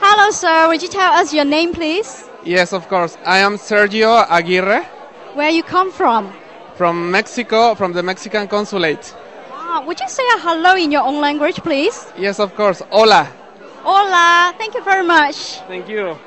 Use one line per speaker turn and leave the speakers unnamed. Hello, sir. Would you tell us your name, please?
Yes, of course. I am Sergio Aguirre
Where you come from?
from Mexico, from the Mexican consulate.
Wow. Would you say a hello in your own language, please?
Yes, of course. Hola.
Hola. Thank you very much.
Thank you.